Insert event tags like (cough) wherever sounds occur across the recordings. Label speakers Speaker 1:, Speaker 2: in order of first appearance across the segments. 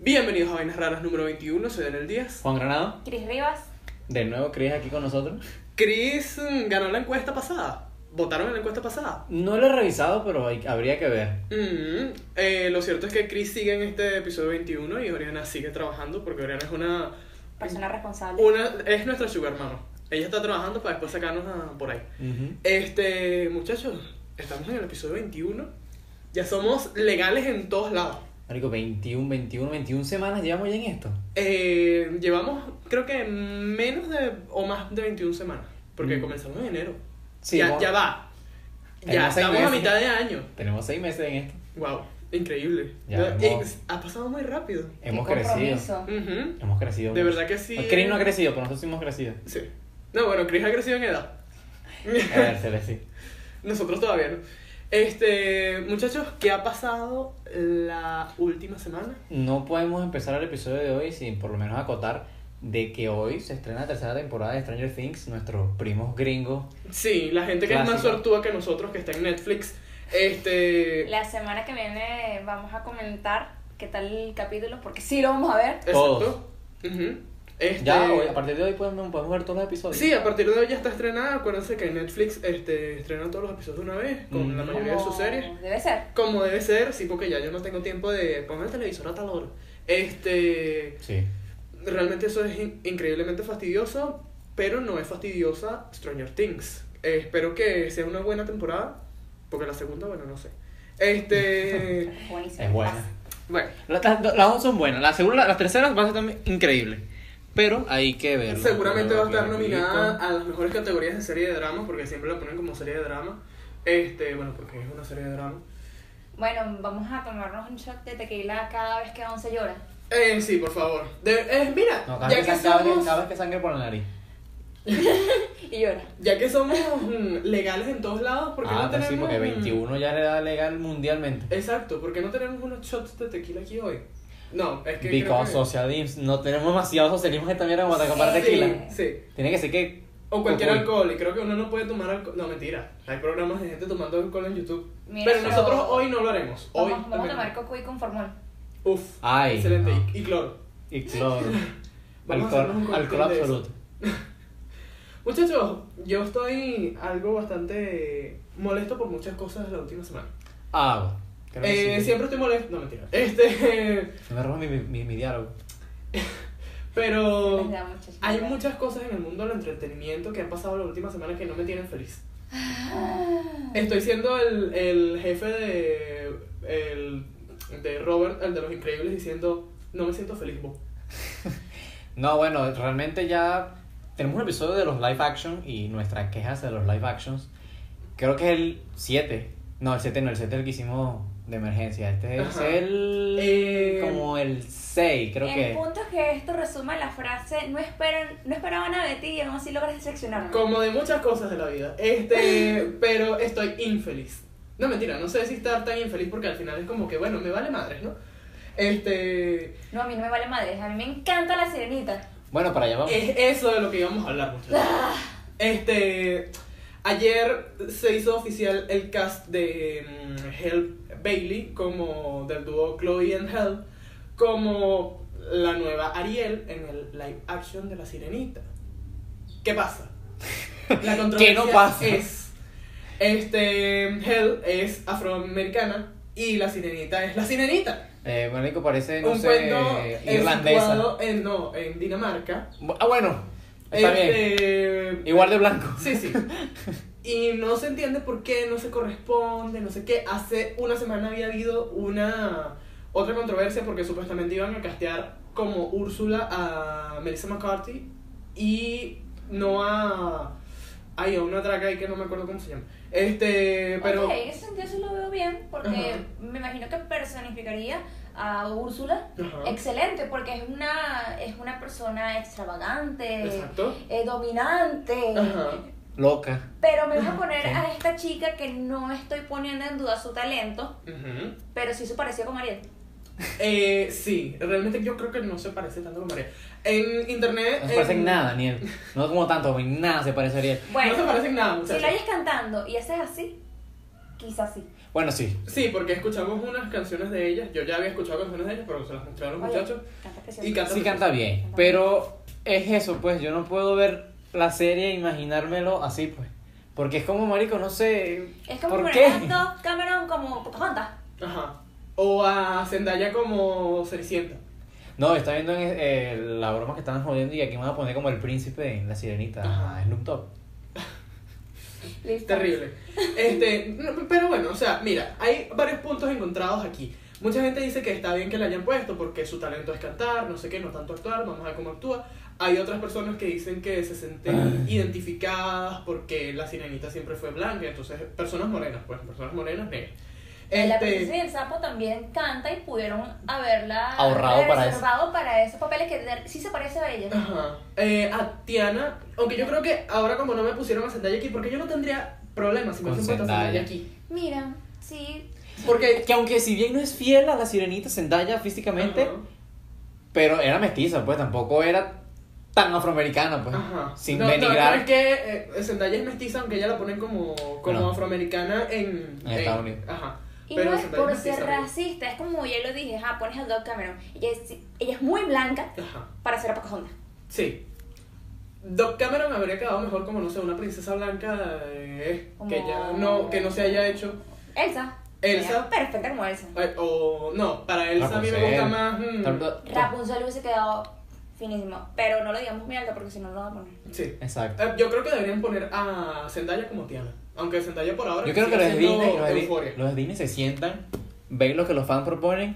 Speaker 1: Bienvenidos a Vainas Raras número 21, soy Daniel Díaz.
Speaker 2: Juan Granado,
Speaker 3: Cris Rivas,
Speaker 2: de nuevo Chris aquí con nosotros.
Speaker 1: Chris mm, ganó la encuesta pasada. ¿Votaron en la encuesta pasada?
Speaker 2: No lo he revisado, pero hay- habría que ver.
Speaker 1: Mm, eh, lo cierto es que Chris sigue en este episodio 21 y Oriana sigue trabajando porque Oriana es una,
Speaker 3: persona responsable.
Speaker 1: una es nuestra sugar mama. Ella está trabajando para después sacarnos a- por ahí. Este, muchachos, estamos en el episodio 21. Ya somos legales en todos lados.
Speaker 2: Marico, 21, 21, 21 semanas llevamos ya en esto.
Speaker 1: Eh, llevamos, creo que menos de o más de 21 semanas, porque
Speaker 2: Mm.
Speaker 1: comenzamos en enero.
Speaker 2: Sí,
Speaker 1: ya,
Speaker 2: vamos.
Speaker 1: ya va. Ya
Speaker 2: Tenemos seis
Speaker 1: estamos a
Speaker 2: meses.
Speaker 1: mitad de año.
Speaker 2: Tenemos seis meses en esto.
Speaker 1: Wow, increíble.
Speaker 2: Ya
Speaker 1: No,
Speaker 2: hemos-
Speaker 1: y ha pasado muy rápido.
Speaker 3: Qué
Speaker 2: Hemos crecido.
Speaker 3: compromiso.
Speaker 1: Ujú.
Speaker 2: Hemos crecido.
Speaker 1: De
Speaker 2: mucho.
Speaker 1: verdad
Speaker 2: Pues
Speaker 1: que sí.
Speaker 2: Chris no ha crecido, pero nosotros sí hemos crecido.
Speaker 1: Sí. No, bueno, Chris ha crecido en edad. (laughs)
Speaker 2: A ver, se le sí.
Speaker 1: Nosotros todavía no. Este, muchachos, ¿qué ha pasado la última semana?
Speaker 2: No podemos empezar el episodio de hoy sin por lo menos acotar de que hoy se estrena la tercera temporada de Stranger Things, nuestros primos gringos.
Speaker 1: Sí, la gente que es más
Speaker 2: Clásico.
Speaker 1: sortuda que nosotros, que está en Netflix. Este.
Speaker 3: La semana que viene vamos a comentar qué tal el capítulo, porque sí lo vamos a ver.
Speaker 2: Todos.
Speaker 1: Exacto. Ujú. Este,
Speaker 2: Ya, hoy, a partir de hoy podemos, podemos ver todos los episodios.
Speaker 1: Sí, a partir de hoy ya está estrenada. Acuérdense que Netflix este, estrena todos los episodios de una vez, con
Speaker 2: Mm.
Speaker 1: la mayoría de sus
Speaker 3: Como
Speaker 1: series.
Speaker 3: Debe ser.
Speaker 1: Como debe ser, sí, porque ya yo no tengo tiempo de poner el televisor a tal hora. Este,
Speaker 2: Sí.
Speaker 1: realmente eso es in- increíblemente fastidioso, pero no es fastidiosa Stranger Things. Eh, espero que sea una buena temporada, porque la segunda, bueno, no sé.
Speaker 2: (laughs)
Speaker 1: Este,
Speaker 3: Buenísimo.
Speaker 2: Es buena.
Speaker 3: pasa.
Speaker 1: bueno,
Speaker 2: La- la- Las, dos son buenas. La segunda, las terceras va a ser también increíble. Pero hay que verlo.
Speaker 1: seguramente va a estar
Speaker 2: Rico.
Speaker 1: nominada a las mejores categorías de serie de drama, porque siempre la ponen como serie de drama. Este, bueno, porque es una serie de drama.
Speaker 3: Bueno, vamos a tomarnos un shot de tequila cada vez que 11 llora.
Speaker 1: Eh, sí, por favor. De- eh, mira,
Speaker 2: No, cada,
Speaker 1: ya
Speaker 2: vez
Speaker 1: que
Speaker 2: que, cada vez-
Speaker 1: somos...
Speaker 2: cada vez que sangre por la nariz.
Speaker 3: Y llora.
Speaker 1: Ya que somos mm, legales en todos lados, ¿por qué
Speaker 2: ah,
Speaker 1: no tenemos...
Speaker 2: pues sí, porque
Speaker 1: mm,
Speaker 2: 21 ya le da legal mundialmente.
Speaker 1: Exacto, ¿por qué no tenemos unos shots de tequila aquí hoy? No, es que... creo
Speaker 2: Because
Speaker 1: que-
Speaker 2: socialism. No tenemos demasiado socialismo que también vamos a comprar
Speaker 3: Sí.
Speaker 2: tequila.
Speaker 1: Sí,
Speaker 2: Tiene que ser que.
Speaker 1: o cualquier
Speaker 2: Uy.
Speaker 1: alcohol, y creo que uno no puede tomar alcohol... No, mentira, hay programas de gente tomando alcohol en YouTube.
Speaker 3: Mira,
Speaker 1: pero
Speaker 3: pero-
Speaker 1: nosotros hoy no lo haremos. Hoy
Speaker 3: Vamos, vamos a
Speaker 1: también.
Speaker 3: tomar cocuy con formol.
Speaker 1: Uf,
Speaker 2: Ay,
Speaker 1: excelente,
Speaker 2: no.
Speaker 1: y, y cloro.
Speaker 2: Ah, Y cloro.
Speaker 1: (laughs) Vamos a hacernos un
Speaker 2: alcohol
Speaker 1: cóctel
Speaker 2: alcohol
Speaker 1: de eso.
Speaker 2: absoluto.
Speaker 1: Muchachos, yo estoy algo bastante molesto por muchas cosas de la última semana.
Speaker 2: Ah, creo que
Speaker 1: Eh,
Speaker 2: sí.
Speaker 1: Siempre estoy molesto, no mentira. Este, (laughs)
Speaker 2: No me robas mi, mi, mi- mi diálogo.
Speaker 1: pero
Speaker 3: Les da muchas
Speaker 1: Oh, hay
Speaker 3: gracias.
Speaker 1: muchas cosas en el mundo del entretenimiento que han pasado la última semana que no me tienen feliz. Estoy siendo el, el jefe de, el, de Robert, el de los increíbles, diciendo, no me siento feliz, Bob.
Speaker 2: No, bueno, realmente ya tenemos un episodio de los live action y nuestras quejas de los live actions. Creo que es el 7. No, el 7 no, el 7 es el que hicimos de emergencia. Este es
Speaker 1: Ajá.
Speaker 2: el.
Speaker 1: Eh,
Speaker 2: como el 6, creo
Speaker 3: el
Speaker 2: que.
Speaker 3: punto es que esto resuma la frase, no, esperan, no esperaban a Betty y aún así logras decepcionarme.
Speaker 1: Como de muchas cosas de la vida. Este, pero estoy infeliz. No, mentira, no sé si estar tan infeliz porque al final es como que, bueno, me vale madres, ¿no? Este,
Speaker 3: No, a mí no me vale madres, a mí me encanta la sirenita.
Speaker 2: Bueno, para allá vamos.
Speaker 1: es eso de lo que íbamos a hablar, muchachos.
Speaker 2: Ah.
Speaker 1: Este, ayer se hizo oficial el cast de mm, Hell Bailey como del dúo Chloe and Hell como la nueva Ariel en el live action de La Sirenita. ¿Qué pasa? La controversia
Speaker 2: (laughs) ¿Qué no pasa?
Speaker 1: es este Hell es afroamericana y La Sirenita es La Sirenita.
Speaker 2: Eh, Marico parece, no
Speaker 1: Un
Speaker 2: sé,
Speaker 1: cuento
Speaker 2: eh, irlandesa.
Speaker 1: irlandesa. En, no, en Dinamarca.
Speaker 2: Ah, bueno, está bien.
Speaker 1: Este,
Speaker 2: Igual de blanco.
Speaker 1: Sí, sí. Y no se entiende por qué, no se corresponde, no sé qué. Hace una semana había habido una otra controversia porque supuestamente iban a castear como Úrsula a Melissa McCarthy y no a... Ay, a una draga ahí que no me acuerdo cómo se llama. Este, pero...
Speaker 3: Ok, en ese sentido sí lo veo bien, porque
Speaker 1: Ajá.
Speaker 3: me imagino que personificaría a Úrsula.
Speaker 1: Ajá.
Speaker 3: Excelente, porque es una, es una persona extravagante,
Speaker 1: Exacto.
Speaker 3: eh, dominante.
Speaker 1: Ajá.
Speaker 2: Loca.
Speaker 3: Pero me voy a poner
Speaker 2: Ok.
Speaker 3: a esta chica que no estoy poniendo en duda su talento,
Speaker 1: Ujú.
Speaker 3: pero sí su parecido con Ariel.
Speaker 1: Eh, sí, realmente yo creo que no se parece tanto con María. En internet...
Speaker 2: No se parece en
Speaker 1: en-
Speaker 2: nada, ni en- No como tanto, en nada se parece a Ariel.
Speaker 3: Bueno,
Speaker 1: no se parecen nada,
Speaker 3: si
Speaker 1: muchachos.
Speaker 3: la oyes cantando y haces así, Quizás sí.
Speaker 2: Bueno, sí.
Speaker 1: Sí, porque escuchamos unas canciones de ellas. Yo ya había escuchado canciones de ellas, pero se las mostré a los
Speaker 3: Oye,
Speaker 1: muchachos.
Speaker 3: canta precioso.
Speaker 1: Y canta
Speaker 2: Sí canta bien, pero es eso, pues yo no puedo ver la serie e imaginármelo así, pues. Porque es como, marico, no sé.
Speaker 3: Es como
Speaker 2: ¿Por
Speaker 3: poner
Speaker 2: qué?
Speaker 3: a Doc Cameron como Pocahontas.
Speaker 1: Ajá. O a Zendaya como Cenicienta.
Speaker 2: (laughs) No, está viendo en, eh, la broma que estaban jodiendo y aquí me van a poner como el príncipe en la sirenita, ah,
Speaker 1: Ajá.
Speaker 2: Snoop Dogg.
Speaker 3: Listo. (laughs)
Speaker 1: Terrible. Este, no, pero bueno, o sea, mira, hay varios puntos encontrados aquí. Mucha gente dice que está bien que la hayan puesto porque su talento es cantar, no sé qué, no tanto actuar, vamos a ver cómo actúa. Hay otras personas que dicen que se sienten identificadas porque la sirenita siempre fue blanca, entonces personas morenas, pues, personas morenas negras.
Speaker 3: La
Speaker 1: Este,
Speaker 3: princesa y el sapo también canta y pudieron haberla
Speaker 2: Ahorrado para eso.
Speaker 3: reservado para esos papeles que de- sí se parece a ella.
Speaker 1: Ajá. Eh, a Tiana, aunque yo creo que ahora como no me pusieron a Zendaya aquí, porque yo no tendría problemas si me
Speaker 2: Con
Speaker 1: hubiesen puesto a
Speaker 2: Zendaya.
Speaker 1: Zendaya aquí.
Speaker 3: Mira, sí.
Speaker 1: Porque...
Speaker 2: Que aunque si bien no es fiel a la sirenita Zendaya físicamente, pero era mestiza, pues tampoco era tan afroamericana, pues.
Speaker 1: Ajá.
Speaker 2: Sin
Speaker 1: no,
Speaker 2: denigrar
Speaker 1: No, es que eh, Zendaya es mestiza, aunque ella la ponen como, como
Speaker 2: Bueno.
Speaker 1: afroamericana en,
Speaker 2: En Estados Unidos.
Speaker 1: Ajá.
Speaker 3: Y
Speaker 1: Pero
Speaker 3: no es
Speaker 1: Zendaya
Speaker 3: por
Speaker 1: es
Speaker 3: ser
Speaker 1: mestiza,
Speaker 3: racista, es como ya lo dije, ah, pones a Doc Cameron. Ella es, ella es muy blanca
Speaker 1: Ajá.
Speaker 3: para ser a Pocahontas.
Speaker 1: Sí. Doc Cameron habría quedado mejor como, no sé, una princesa blanca eh, que
Speaker 3: Como-
Speaker 1: ya no, que no se haya hecho.
Speaker 3: Elsa.
Speaker 1: Elsa.
Speaker 3: Ella es Perfecta como Elsa.
Speaker 1: Eh, O no, para Elsa a mí me
Speaker 2: Rapunzel.
Speaker 1: gusta más. mm,
Speaker 2: Tal- tal-
Speaker 3: Rapunzel hubiese quedado finísimo, pero no lo digamos muy alto porque si no lo vamos a poner.
Speaker 1: sí.
Speaker 2: Exacto.
Speaker 1: Eh, Yo creo que deberían poner a Zendaya como Tiana. Aunque Zendaya por ahora.
Speaker 2: Yo creo que
Speaker 1: sigue
Speaker 2: los de
Speaker 1: siendo
Speaker 2: Disney, los de,
Speaker 1: euforia.
Speaker 2: Disney- los de Disney se sientan, ven lo que los fans proponen,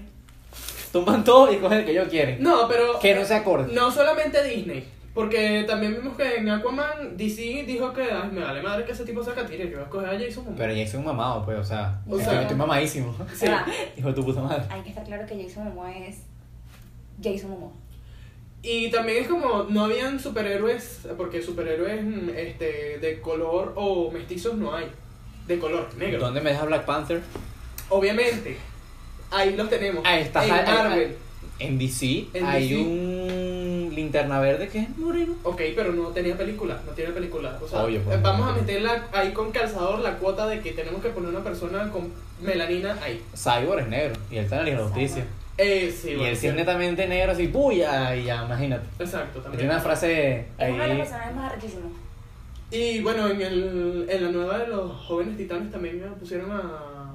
Speaker 2: tumban todo y cogen el que ellos quieren.
Speaker 1: No, pero.
Speaker 2: Que no se acorde.
Speaker 1: No solamente Disney, porque también vimos que en Aquaman DC dijo que "Ay, me vale madre que ese tipo saca tira, yo voy a escoger a Jason Momoa.
Speaker 2: Pero ya es un mamado, pues, o sea,
Speaker 1: O
Speaker 2: estoy,
Speaker 1: sea-
Speaker 2: estoy mamadísimo.
Speaker 1: Sí.
Speaker 3: Ah,
Speaker 2: (laughs) Hijo de tu puta madre.
Speaker 3: Hay que estar claro que Jason Momoa es Jason Momoa.
Speaker 1: Y también es como, no habían superhéroes, porque superhéroes mm, este, de color o mestizos no hay, de color negro.
Speaker 2: ¿Dónde me deja Black Panther?
Speaker 1: Obviamente, ahí los tenemos.
Speaker 2: Ahí está,
Speaker 1: en
Speaker 2: ahí- ahí-
Speaker 1: Marvel.
Speaker 2: En DC
Speaker 1: En
Speaker 2: hay
Speaker 1: DC.
Speaker 2: un linterna verde que es moreno.
Speaker 1: Ok, pero no tenía película, no tiene película. O sea,
Speaker 2: Obvio, pues,
Speaker 1: vamos
Speaker 2: no.
Speaker 1: a meterla ahí con calzador la cuota de que tenemos que poner una persona con melanina ahí.
Speaker 2: Cyborg es negro y él está en la Liga de la Justicia.
Speaker 1: Eh, sí,
Speaker 2: y
Speaker 1: bueno,
Speaker 2: él sí
Speaker 1: sí.
Speaker 2: es netamente negro, así, ¡puya! Y ya, imagínate.
Speaker 1: Exacto, también.
Speaker 2: Tiene una frase
Speaker 3: Es uno de los
Speaker 2: ahí.
Speaker 3: personajes más artísimos.
Speaker 1: Y bueno, en, el, en la nueva de los jóvenes titanes también me pusieron a,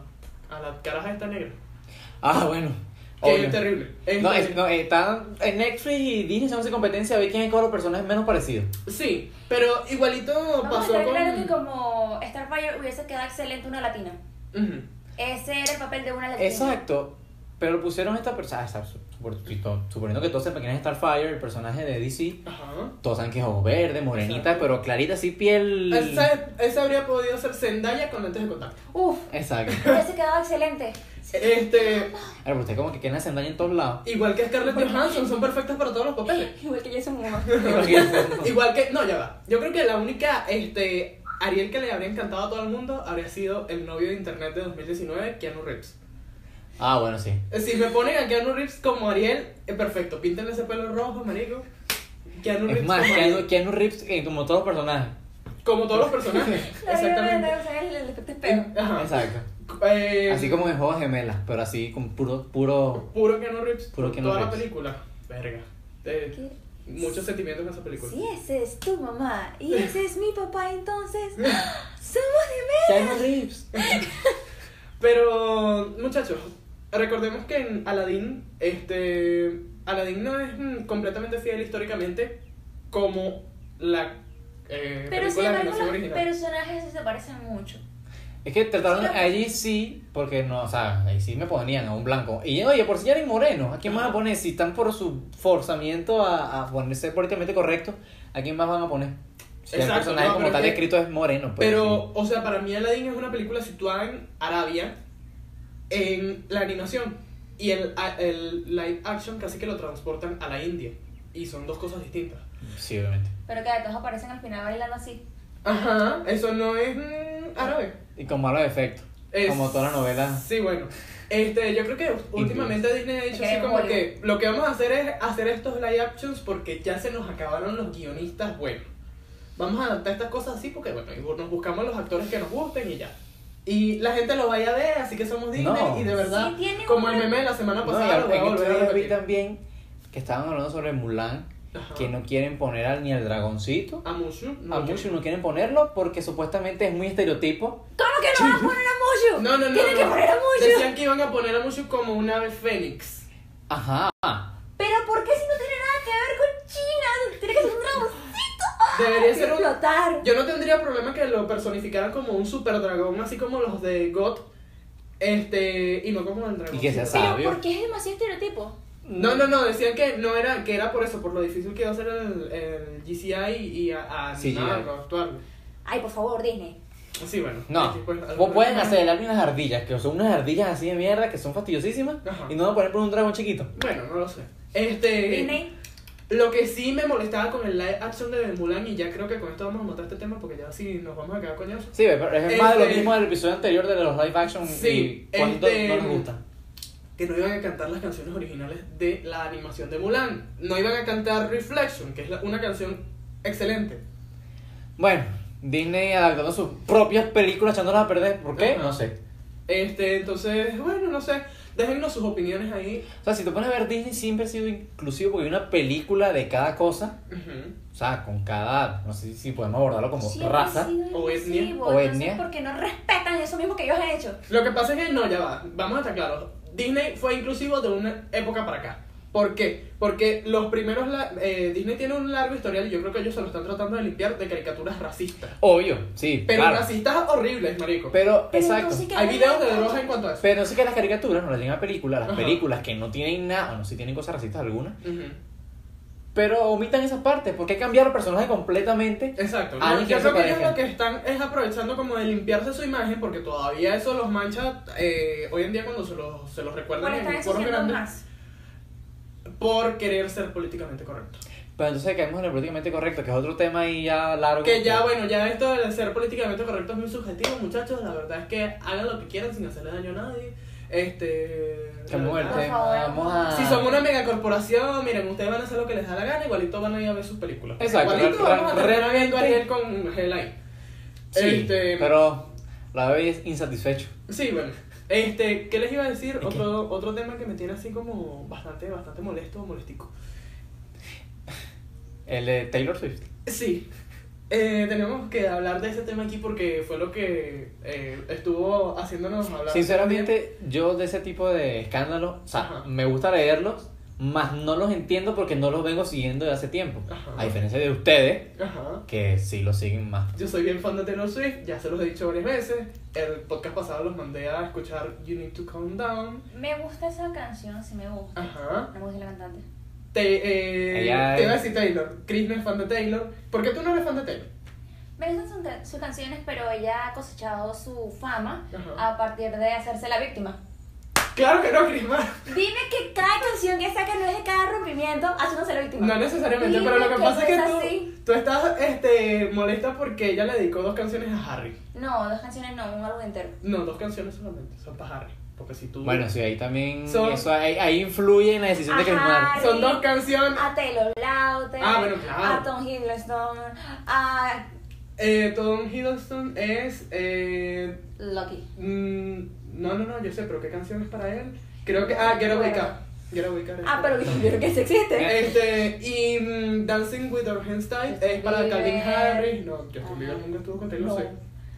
Speaker 1: a la caraja esta negra.
Speaker 2: Ah, bueno.
Speaker 1: Que
Speaker 2: obvio.
Speaker 1: es terrible.
Speaker 2: No,
Speaker 1: Este,
Speaker 2: es- no, eh, están en Netflix y Disney son competencia a ver quién es los personajes menos parecidos.
Speaker 1: Sí, pero igualito
Speaker 3: Vamos a
Speaker 1: pasó
Speaker 3: estar
Speaker 1: con...
Speaker 3: claro que como Starfire hubiese quedado excelente una latina.
Speaker 1: Ujú.
Speaker 3: Ese era el papel de una latina.
Speaker 2: Exacto. Pero pusieron esta persona. Ah, está, su- por- si to- suponiendo que todos sepan quién es Starfire, el personaje de DC.
Speaker 1: Ajá.
Speaker 2: Todos saben que es ojo verde, morenita,
Speaker 1: Exacto.
Speaker 2: pero clarita, así piel.
Speaker 1: Esa, esa habría podido ser Zendaya con lentes de contacto.
Speaker 3: Uf,
Speaker 2: Exacto.
Speaker 3: hubiese quedado excelente.
Speaker 1: Este,
Speaker 2: Ahora, pero usted como que quieren hacer daño en todos
Speaker 1: (laughs)
Speaker 2: lados.
Speaker 1: igual que Scarlett Johansson, son perfectas para todos los papeles.
Speaker 3: (laughs) Igual que Jason Momoa.
Speaker 1: (laughs)
Speaker 2: (laughs)
Speaker 1: Igual que, no, ya va. Yo creo que la única, este, Ariel que le habría encantado a todo el mundo habría sido el novio de internet de 2019, Keanu Reeves.
Speaker 2: ah, bueno, sí.
Speaker 1: Si me ponen a Keanu Reeves como Ariel, eh, perfecto. Píntenle ese pelo rojo, marico. Keanu Reeves
Speaker 2: Es más,
Speaker 1: como,
Speaker 2: Keanu,
Speaker 1: Ariel.
Speaker 2: Keanu Reeves, eh, como todos los personajes.
Speaker 1: Como todos los
Speaker 2: (laughs)
Speaker 1: personajes. (laughs)
Speaker 3: Exactamente.
Speaker 1: Exactamente.
Speaker 3: El, el efecto espejo.
Speaker 1: Ajá.
Speaker 2: Exacto.
Speaker 1: Eh,
Speaker 2: Así como en Juegos Gemelas, pero así con puro, puro.
Speaker 1: Puro Keanu Reeves.
Speaker 2: Puro Keanu
Speaker 1: toda la
Speaker 2: Reeves.
Speaker 1: película. Verga. Eh,
Speaker 3: ¿Qué?
Speaker 1: muchos sentimientos en esa película.
Speaker 3: Si ese es tu mamá
Speaker 1: (laughs)
Speaker 3: y ese es mi papá, entonces somos de
Speaker 2: Keanu Reeves.
Speaker 1: Pero, muchachos, recordemos que en Aladdin, este. Aladdin no es mm, completamente fiel históricamente como la. Eh,
Speaker 3: menos. Pero sin
Speaker 1: película de
Speaker 3: embargo,
Speaker 1: animación
Speaker 3: los
Speaker 1: original.
Speaker 3: personajes se parecen mucho.
Speaker 2: Es que trataron
Speaker 3: Sí, no.
Speaker 2: allí sí, porque no, o sea, ahí sí me ponían a un blanco. Y oye, por si ya eran morenos, ¿a quién más van a poner? Si están por su forzamiento a, a ponerse políticamente correcto, ¿a quién más van a poner? Si el
Speaker 1: Exacto,
Speaker 2: personaje
Speaker 1: no,
Speaker 2: como
Speaker 1: pero
Speaker 2: tal
Speaker 1: que-
Speaker 2: escrito es moreno, pues.
Speaker 1: Pero, o sea, para mí Aladdin es una película situada en Arabia, en la animación. Y el, a- el live action casi que lo transportan a la India. Y son dos cosas distintas.
Speaker 2: sí. Sí, obviamente.
Speaker 3: Pero que todos aparecen al final bailando así.
Speaker 1: Ajá, eso no es mm, árabe.
Speaker 2: Y con malos efectos.
Speaker 1: Es-
Speaker 2: Como toda la novela.
Speaker 1: Sí, bueno. Este, yo creo que últimamente Disney ha dicho
Speaker 3: Me
Speaker 1: así
Speaker 3: quedé
Speaker 1: como
Speaker 3: en
Speaker 1: que lo que vamos a hacer es hacer estos live actions porque ya se nos acabaron los guionistas buenos. Vamos a adaptar estas cosas así porque, bueno, y nos buscamos los actores que nos gusten y ya. Y la gente lo vaya a ver, así que somos dignos
Speaker 2: No.
Speaker 1: y de verdad,
Speaker 3: Sí, tiene
Speaker 1: como
Speaker 3: una-
Speaker 1: el meme de la semana
Speaker 2: No, y
Speaker 1: pasada, lo voy a
Speaker 2: en estos
Speaker 1: volver a
Speaker 2: días vi
Speaker 1: repetir.
Speaker 2: también que estaban hablando sobre Mulan,
Speaker 1: Ajá. Ah,
Speaker 2: que no quieren poner al, ni al dragoncito.
Speaker 1: A Mushu.
Speaker 2: a Mushu no quieren ponerlo porque supuestamente es muy estereotipo.
Speaker 3: ¿Cómo que no vas a poner a Mushu?
Speaker 1: No, no, no.
Speaker 3: Tienen que
Speaker 1: no.
Speaker 3: poner a Mushu.
Speaker 1: Decían que iban a poner a Mushu como un ave fénix.
Speaker 2: Ajá.
Speaker 3: Pero ¿por qué si no tiene nada que ver con China? Tiene que ser un dragoncito.
Speaker 1: Debería ser un-
Speaker 3: explotar.
Speaker 1: Yo no tendría problema que lo personificaran como un super dragón, así como los de God. Este, y no como el dragón.
Speaker 2: Y que sea
Speaker 3: Pero
Speaker 2: sabio.
Speaker 3: porque es demasiado estereotipo.
Speaker 1: No, no, no, decían que no era, que era por eso, por lo difícil que iba a ser el, el GCI y a, a
Speaker 2: CGI.
Speaker 1: animarlo, a actuarlo.
Speaker 3: Ay, por favor, Disney.
Speaker 1: Sí, bueno.
Speaker 2: No,
Speaker 1: X, pues,
Speaker 2: vos pueden hacer unas ardillas, que son unas ardillas así de mierda que son fastidiosísimas,
Speaker 1: Ajá.
Speaker 2: y no van a poner por un dragón chiquito.
Speaker 1: Bueno, no lo sé. Este.
Speaker 3: Disney.
Speaker 1: Lo que sí me molestaba con el live action de Mulan, y ya creo que con esto vamos a notar este tema porque ya sí nos vamos a quedar coñazos.
Speaker 2: Sí, pero es más de lo
Speaker 1: Este-
Speaker 2: mismo del episodio anterior de los live action
Speaker 1: Sí,
Speaker 2: y cuánto
Speaker 1: este-
Speaker 2: no les gusta.
Speaker 1: que no iban a cantar las canciones originales de la animación de Mulan. No iban a cantar Reflection, que es la- una canción excelente.
Speaker 2: Bueno, Disney adaptando sus propias películas echándolas a perder, ¿por qué?
Speaker 1: Ajá.
Speaker 2: No sé.
Speaker 1: Este, entonces, bueno, no sé. Déjennos sus opiniones ahí.
Speaker 2: O sea, si te pones a ver, Disney siempre ha sido inclusivo porque hay una película de cada cosa,
Speaker 1: Ujú.
Speaker 2: o sea, con cada, no sé si podemos abordarlo como
Speaker 3: Siempre
Speaker 2: raza.
Speaker 3: ha sido
Speaker 1: o etnia,
Speaker 3: inclusivo,
Speaker 2: o
Speaker 3: entonces,
Speaker 2: etnia.
Speaker 3: Porque no respetan eso mismo que ellos han hecho.
Speaker 1: Lo que pasa es que no, ya va. Vamos a estar claros. Disney fue inclusivo de una época para acá. ¿Por qué? Porque los primeros. la- eh, Disney tiene un largo historial y yo creo que ellos se lo están tratando de limpiar de caricaturas racistas.
Speaker 2: Obvio, sí,
Speaker 1: Pero
Speaker 2: claro.
Speaker 1: racistas horribles, marico.
Speaker 2: Pero,
Speaker 3: Pero
Speaker 2: exacto.
Speaker 3: entonces, ¿qué
Speaker 1: Hay videos de
Speaker 3: hagan?
Speaker 1: droga en cuanto a eso.
Speaker 2: Pero sí que las caricaturas no las llegan a películas, las
Speaker 1: Ajá.
Speaker 2: películas que no tienen nada, o no si tienen cosas racistas algunas,
Speaker 1: Ujú.
Speaker 2: pero omitan esas partes, porque cambiar el personaje completamente.
Speaker 1: Exacto.
Speaker 2: Ah,
Speaker 1: No,
Speaker 2: ni que
Speaker 1: yo
Speaker 2: eso
Speaker 1: creo que ellos
Speaker 2: parezca.
Speaker 1: lo que están es aprovechando como de limpiarse su imagen porque todavía eso los mancha eh, hoy en día cuando se los, se los recuerdan
Speaker 3: Bueno, están
Speaker 1: en foros
Speaker 3: ensuciando
Speaker 1: grandes
Speaker 3: más.
Speaker 1: por querer ser políticamente correcto.
Speaker 2: Pero entonces caemos en el políticamente correcto, que es otro tema ahí ya largo.
Speaker 1: Que ya, bueno, ya esto de ser políticamente correcto es muy subjetivo, muchachos. La verdad es que hagan lo que quieran sin hacerle daño a nadie. Este.
Speaker 2: Que
Speaker 1: la
Speaker 2: muerte,
Speaker 1: verdad.
Speaker 3: Por favor.
Speaker 2: vamos a.
Speaker 1: Si son una megacorporación, miren, ustedes van a hacer lo que les da la gana, igualito van a ir a ver sus películas.
Speaker 2: Exacto,
Speaker 1: Igualito
Speaker 2: re-
Speaker 1: vamos a terminar
Speaker 2: realmente-
Speaker 1: viendo a Ariel con Hell ahí.
Speaker 2: Sí,
Speaker 1: este-
Speaker 2: Pero la bebé es insatisfecho.
Speaker 1: Sí, bueno. Este, ¿qué les iba a decir?
Speaker 2: ¿Y
Speaker 1: Otro, otro tema que me tiene así como bastante, bastante molesto o molestico.
Speaker 2: El de Taylor Swift.
Speaker 1: Sí. Eh, tenemos que hablar de ese tema aquí porque fue lo que eh, estuvo haciéndonos hablar.
Speaker 2: Sinceramente, yo de ese tipo de escándalos, o sea,
Speaker 1: Ajá.
Speaker 2: me gusta leerlos, mas no los entiendo porque no los vengo siguiendo de hace tiempo.
Speaker 1: Ajá.
Speaker 2: A diferencia de ustedes,
Speaker 1: Ajá.
Speaker 2: que sí los siguen más.
Speaker 1: Yo soy bien fan de Taylor Swift, ya se los he dicho varias veces. El podcast pasado los mandé a escuchar You Need to Calm Down.
Speaker 3: Me gusta esa canción, sí me gusta.
Speaker 1: Ajá.
Speaker 3: Me gusta la cantante.
Speaker 1: Te, eh,
Speaker 2: Ella
Speaker 1: te
Speaker 2: es-
Speaker 1: iba a decir Taylor. Chris no es fan de Taylor. ¿Por qué tú no eres fan de Taylor?
Speaker 3: Me gustan sus can- sus canciones, pero ella ha cosechado su fama
Speaker 1: Ajá.
Speaker 3: a partir de hacerse la víctima.
Speaker 1: Claro que no, Chris. man.
Speaker 3: Dime que cada canción que saca no es de cada rompimiento haciéndose la víctima.
Speaker 1: No necesariamente,
Speaker 3: Dime
Speaker 1: pero lo que pasa es que
Speaker 3: no
Speaker 1: tú,
Speaker 3: así.
Speaker 1: tú estás este, molesta porque ella le dedicó dos canciones a Harry.
Speaker 3: No, dos canciones no, un álbum entero.
Speaker 1: No, dos canciones solamente, son para Harry. Porque si tú.
Speaker 2: Bueno, sí, ahí también.
Speaker 1: Son-
Speaker 2: Eso ahí, ahí influye en la decisión de
Speaker 3: Ajá.
Speaker 2: Crismar.
Speaker 1: son dos canciones.
Speaker 3: A Taylor Lautner,
Speaker 1: Ah, bueno, claro.
Speaker 3: a Tom Hiddleston, a
Speaker 1: Eh, Tom Hiddleston es. Eh,
Speaker 3: Lucky.
Speaker 1: mm, no, no, no, yo sé, pero ¿qué canción es para él? Creo que. Ah, Get Away Car. Get Away Car. es
Speaker 3: Ah,
Speaker 1: para
Speaker 3: pero
Speaker 1: él.
Speaker 3: yo creo que eso existe.
Speaker 1: Este, y mm, Dancing with Our Hands Tied es para Calvin
Speaker 3: Bieber.
Speaker 1: Harris. No, Justin Bieber
Speaker 3: Este, Ajá.
Speaker 1: nunca estuvo con Taylor
Speaker 3: No,
Speaker 1: Swift.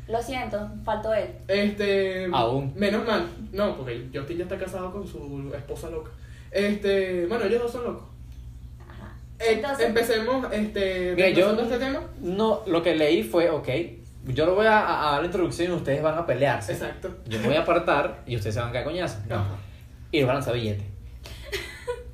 Speaker 3: lo siento, faltó él.
Speaker 1: Este.
Speaker 2: Aún.
Speaker 1: Menos mal. No, porque Justin ya está casado con su esposa loca. Este. Bueno, ellos dos son locos.
Speaker 3: Ajá.
Speaker 1: Eh,
Speaker 3: Entonces-
Speaker 1: empecemos este,
Speaker 2: Mira, yo-
Speaker 1: desglosando este tema.
Speaker 2: No, lo que leí fue, ok, yo lo voy a, a- a dar la introducción y ustedes van a pelearse.
Speaker 1: Exacto.
Speaker 2: Yo me voy a apartar y ustedes se van a caer coñazo.
Speaker 1: Ajá.
Speaker 2: Y los van a
Speaker 1: (laughs)
Speaker 2: lanzar billete.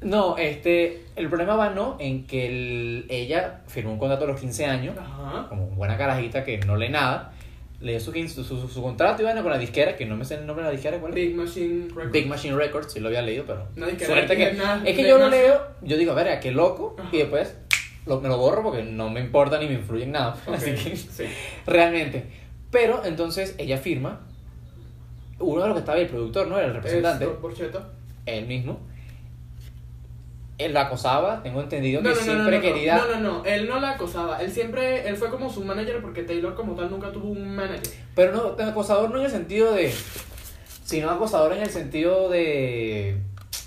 Speaker 2: No, este, el problema va no en que el- ella firmó un contrato a los 15 años,
Speaker 1: Ajá.
Speaker 2: como buena carajita que no lee nada, leyó su, quin- su, su- su contrato y bueno, con la disquera, que no me sé el nombre de la disquera, ¿cuál es?
Speaker 1: Big Machine Records.
Speaker 2: Big Machine Records, sí lo había leído, pero
Speaker 1: No, es que
Speaker 2: suerte
Speaker 1: no
Speaker 2: que...
Speaker 1: tiene nada-
Speaker 2: es que
Speaker 1: de
Speaker 2: yo lo
Speaker 1: nada.
Speaker 2: leo, yo digo, a ver, ¿a qué loco?
Speaker 1: Ajá.
Speaker 2: Y después lo- me lo borro porque no me importa ni me influye en nada.
Speaker 1: Ok,
Speaker 2: Así que,
Speaker 1: sí.
Speaker 2: realmente. Pero, entonces, ella firma, uno de los que estaba ahí, el productor, ¿no? Era el representante,
Speaker 1: Es Scott Borchetta.
Speaker 2: él mismo. él la acosaba, tengo entendido
Speaker 1: No,
Speaker 2: que
Speaker 1: no, no, no,
Speaker 2: siempre
Speaker 1: no, no.
Speaker 2: quería...
Speaker 1: no, no, no, él no la acosaba, él siempre, él fue como su manager porque Taylor como tal nunca tuvo un manager.
Speaker 2: Pero no, de acosador no en el sentido de. Sino acosador en el sentido de.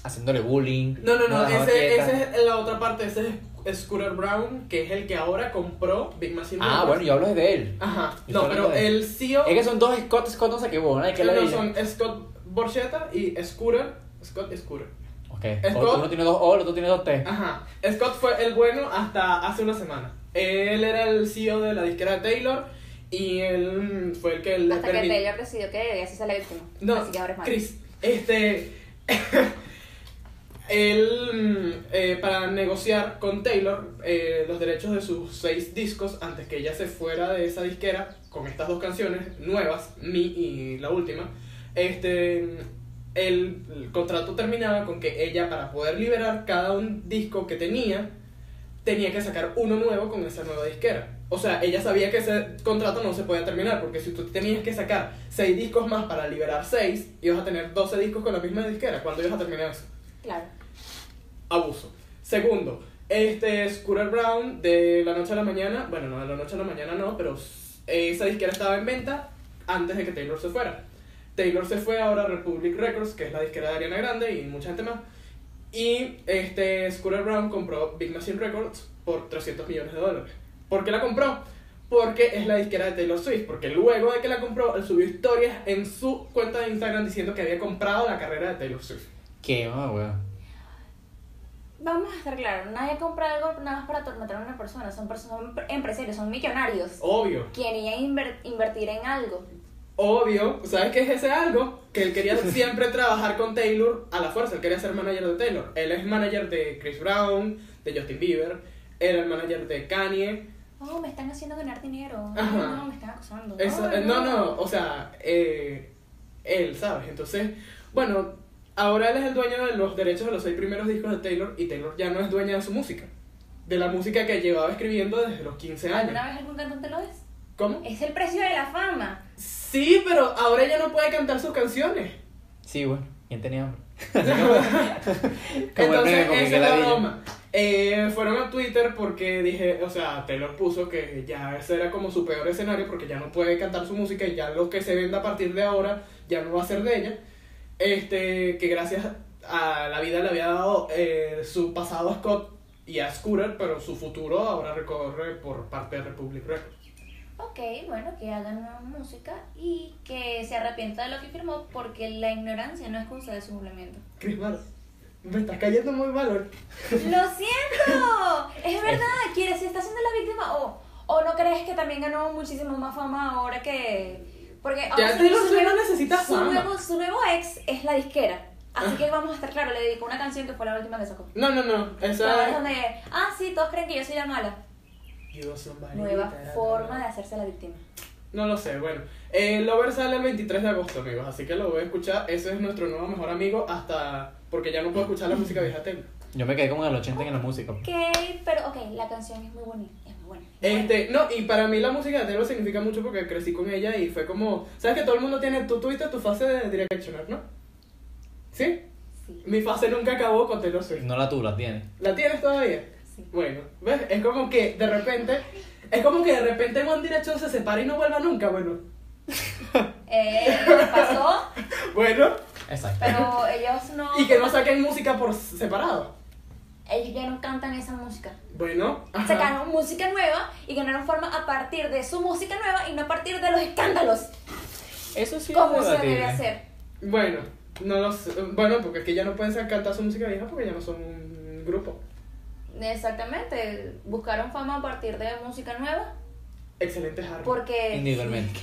Speaker 2: Haciéndole bullying.
Speaker 1: No, no, no,
Speaker 2: la dejaba
Speaker 1: ese,
Speaker 2: quieta.
Speaker 1: ese es la otra parte, ese es Scooter Brown, que es el que ahora compró Big Machine
Speaker 2: Ah,
Speaker 1: Records.
Speaker 2: bueno, yo hablo de él.
Speaker 1: Ajá,
Speaker 2: Yo
Speaker 1: no,
Speaker 2: estoy
Speaker 1: pero
Speaker 2: hablando de-
Speaker 1: el CEO,
Speaker 2: Es que son dos Scott, Scott no sé qué bueno, hay que
Speaker 1: no,
Speaker 2: leer.
Speaker 1: son Scott Borchetta y Scooter, Scott Scooter.
Speaker 2: Ok,
Speaker 1: Scott-
Speaker 2: uno tiene dos O, el otro tiene dos T.
Speaker 1: Ajá. Scott fue el bueno hasta hace una semana. Él era el CEO de la disquera de Taylor y él mm, fue el que le
Speaker 3: Hasta que
Speaker 1: permit-
Speaker 3: Taylor decidió que debía hacerse la víctima.
Speaker 1: No,
Speaker 3: Así que ahora es malo.
Speaker 1: Chris, este. (laughs) él, mm, eh, para negociar con Taylor eh, los derechos de sus seis discos antes que ella se fuera de esa disquera con estas dos canciones nuevas, Mi y la última, este. El, el contrato terminaba con que ella, para poder liberar cada un disco que tenía, tenía que sacar uno nuevo con esa nueva disquera. O sea, ella sabía que ese contrato no se podía terminar, porque si tú tenías que sacar seis discos más para liberar seis, ibas a tener 12 discos con la misma disquera. ¿Cuándo ibas a terminar eso?
Speaker 3: Claro.
Speaker 1: Abuso. Segundo, este Scooter Brown de la noche a la mañana, bueno, no de la noche a la mañana no, pero esa disquera estaba en venta antes de que Taylor se fuera. Taylor se fue ahora a Republic Records, que es la disquera de Ariana Grande y mucha gente más. Y este Scooter Brown compró Big Machine Records por 300 millones de dólares. ¿Por qué la compró? Porque es la disquera de Taylor Swift. Porque luego de que la compró, él subió historias en su cuenta de Instagram diciendo que había comprado la carrera de Taylor Swift.
Speaker 2: Qué mamá, weón.
Speaker 3: Vamos a estar claros, nadie compra algo nada más para atormentar a una persona, son personas son empresarios, son millonarios.
Speaker 1: Obvio.
Speaker 3: Querían inver- invertir en algo.
Speaker 1: Obvio, ¿sabes qué es ese algo? Que él quería siempre trabajar con Taylor a la fuerza, él quería ser manager de Taylor. Él es manager de Chris Brown, de Justin Bieber, era el manager de Kanye.
Speaker 3: Oh, me están haciendo ganar dinero.
Speaker 1: Ajá.
Speaker 3: No, Oh, no, me están acosando.
Speaker 1: Eso-
Speaker 3: Ay,
Speaker 1: eh, no, no, o sea, eh, él, ¿sabes? Entonces, bueno, ahora él es el dueño de los derechos de los seis primeros discos de Taylor y Taylor ya no es dueña de su música. De la música que llevaba escribiendo desde los 15
Speaker 3: ¿Alguna
Speaker 1: años.
Speaker 3: vez algún cantante lo es?
Speaker 1: ¿Cómo?
Speaker 3: Es el precio de la fama.
Speaker 1: Sí, pero ahora ella no puede cantar sus canciones.
Speaker 2: Sí, bueno, ¿quién tenía
Speaker 1: (laughs)
Speaker 2: hambre? Como el
Speaker 1: Entonces,
Speaker 2: meme con
Speaker 1: esa
Speaker 2: Miguel
Speaker 1: es la
Speaker 2: Ladillo.
Speaker 1: broma. Eh, fueron a Twitter porque dije, o sea, Taylor puso que ya ese era como su peor escenario porque ya no puede cantar su música y ya lo que se venda a partir de ahora ya no va a ser de ella. Este, que gracias a la vida le había dado eh, su pasado a Scott y a Scooter, pero su futuro ahora recorre por parte de Republic Records.
Speaker 3: Ok, bueno, que hagan nueva música y que se arrepienta de lo que firmó porque la ignorancia no es excusa de su cumplimiento.
Speaker 1: Chris Mar, me estás cayendo muy mal. ¿eh? hoy.
Speaker 3: ¡Lo siento! Es verdad, quieres, si está siendo la víctima o, o no crees que también ganó muchísimo más fama ahora que... Porque
Speaker 1: Ya
Speaker 3: ahora
Speaker 1: Taylor Swift no necesita
Speaker 3: su
Speaker 1: fama. Ah.
Speaker 3: nuevo, su nuevo ex es la disquera. Así que vamos a estar claros, le dedicó una canción que fue la última que sacó.
Speaker 1: No, no, no,
Speaker 3: La
Speaker 1: esa...
Speaker 3: donde, ah, sí, todos creen que yo soy la mala. Nueva forma de hacerse la víctima.
Speaker 1: No lo sé, bueno. Eh, Lover sale el 23 de agosto, amigos, así que lo voy a escuchar. Ese es nuestro nuevo mejor amigo hasta... Porque ya no puedo escuchar la música vieja de Taylor.
Speaker 2: Yo me quedé como en el 80 en la música.
Speaker 3: Ok, pero ok, la canción es muy bonita, es muy buena.
Speaker 1: Este, no, y para mí la música de Taylor significa mucho porque crecí con ella y fue como... ¿Sabes que todo el mundo tiene... Tú tuviste tu fase de Directioner, ¿no? ¿Sí?
Speaker 3: Sí,
Speaker 1: Mi fase nunca acabó con Taylor Swift.
Speaker 2: No la tú, la tienes.
Speaker 1: ¿La tienes todavía?
Speaker 3: sí.
Speaker 1: Bueno, ¿ves? Es como que de repente... Es como que de repente One Direction se separa y no vuelva nunca, bueno. (laughs)
Speaker 3: Eh, pasó,
Speaker 1: Bueno.
Speaker 2: Exacto.
Speaker 3: pero ellos no.
Speaker 1: Y que no saquen música por separado.
Speaker 3: Ellos ya no cantan esa música.
Speaker 1: Bueno. ajá.
Speaker 3: Sacaron música nueva y ganaron forma a partir de su música nueva y no a partir de los escándalos.
Speaker 2: Eso sí
Speaker 3: ¿Cómo
Speaker 2: es
Speaker 3: se
Speaker 2: debatible.
Speaker 3: debe hacer?
Speaker 1: Bueno, no lo sé. Bueno, porque es que ya no pueden sa- cantar su música vieja porque ya no son un grupo.
Speaker 3: Exactamente, buscaron fama a partir de música nueva
Speaker 1: Excelente Harry.
Speaker 3: porque
Speaker 2: eh, Individualmente.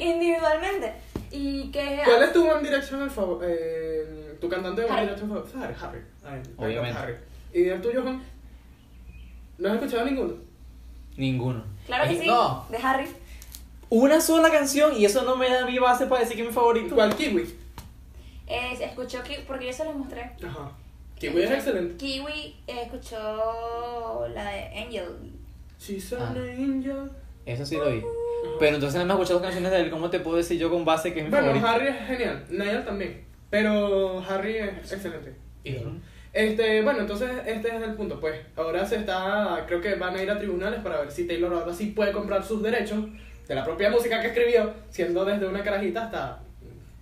Speaker 3: individualmente. Y que ah,
Speaker 1: ¿Cuál es tu One Direction el favor? Eh, tu cantante de One
Speaker 3: Harry.
Speaker 1: Direction favor? Harry, Harry. Ay,
Speaker 2: Obviamente.
Speaker 1: Harry. ¿Y el tuyo, Juan? ¿No has escuchado ninguno?
Speaker 2: Ninguno.
Speaker 3: Claro que
Speaker 2: Es-
Speaker 3: sí,
Speaker 2: No,
Speaker 3: de Harry.
Speaker 2: una sola canción y eso no me da mi base para decir que es mi favorito.
Speaker 1: ¿Cuál Kiwi?
Speaker 3: Eh, escuchó que porque yo se los mostré.
Speaker 1: Ajá. Kiwi es excelente.
Speaker 3: Kiwi eh, escuchó la de Angel.
Speaker 1: She's an
Speaker 2: Ah.
Speaker 1: angel.
Speaker 2: Eso sí lo vi. Pero entonces nada más escuchado dos canciones de él. ¿Cómo te puedo decir yo con base que es mi
Speaker 1: Bueno,
Speaker 2: favorito?
Speaker 1: Harry es genial. Niall también. Pero Harry es excelente. Ídolo. Este, bueno, entonces este es el punto, pues. Ahora se está, creo que van a ir a tribunales para ver si Taylor ahora sí puede comprar sus derechos de la propia música que escribió, siendo desde una carajita hasta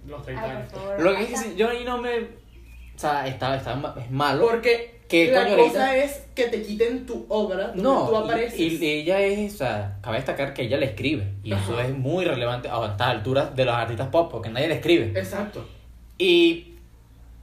Speaker 1: los 30
Speaker 3: Ay, por
Speaker 1: años.
Speaker 3: favor.
Speaker 2: Lo que es
Speaker 3: basta.
Speaker 2: que yo ahí no me. O sea, está, está ma- es malo.
Speaker 1: Porque
Speaker 2: ¿Qué
Speaker 1: la
Speaker 2: coño
Speaker 1: cosa
Speaker 2: ahorita?
Speaker 1: es que te quiten tu obra donde
Speaker 2: No,
Speaker 1: tú
Speaker 2: y-
Speaker 1: apareces.
Speaker 2: Y, ella es, o sea, cabe destacar que ella le escribe. Y eso
Speaker 1: Ajá.
Speaker 2: es muy relevante a estas alturas de los artistas pop, porque nadie le escribe.
Speaker 1: Exacto.
Speaker 2: Y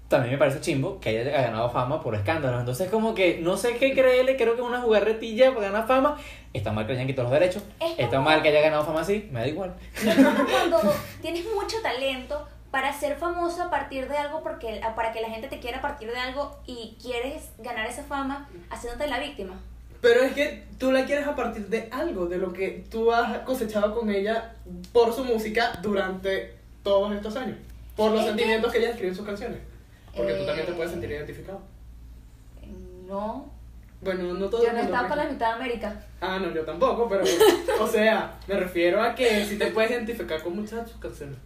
Speaker 2: también me parece chimbo que ella haya ganado fama por escándalos. Entonces, como que no sé qué creerle, creo que es una jugarretilla para ganar fama. Está mal que le hayan quitado los derechos.
Speaker 3: Es
Speaker 2: Está
Speaker 3: como-
Speaker 2: mal que haya ganado fama así, me da igual.
Speaker 3: Es como cuando tienes mucho talento para ser famoso a partir de algo, porque para que la gente te quiera a partir de algo y quieres ganar esa fama haciéndote la víctima.
Speaker 1: Pero es que tú la quieres a partir de algo, de lo que tú has cosechado con ella por su música durante todos estos años. Por los
Speaker 3: Es que-
Speaker 1: sentimientos que ella escribe en sus canciones. Porque tú
Speaker 3: Eh.
Speaker 1: también te puedes sentir identificado.
Speaker 3: No,
Speaker 1: Bueno, no todo
Speaker 3: yo
Speaker 1: el
Speaker 3: no
Speaker 1: mundo,
Speaker 3: estaba
Speaker 1: por
Speaker 3: para la
Speaker 1: ejemplo.
Speaker 3: mitad de América.
Speaker 1: Ah, no, yo tampoco, pero. o sea, me refiero a que si te puedes identificar con muchas de sus canciones.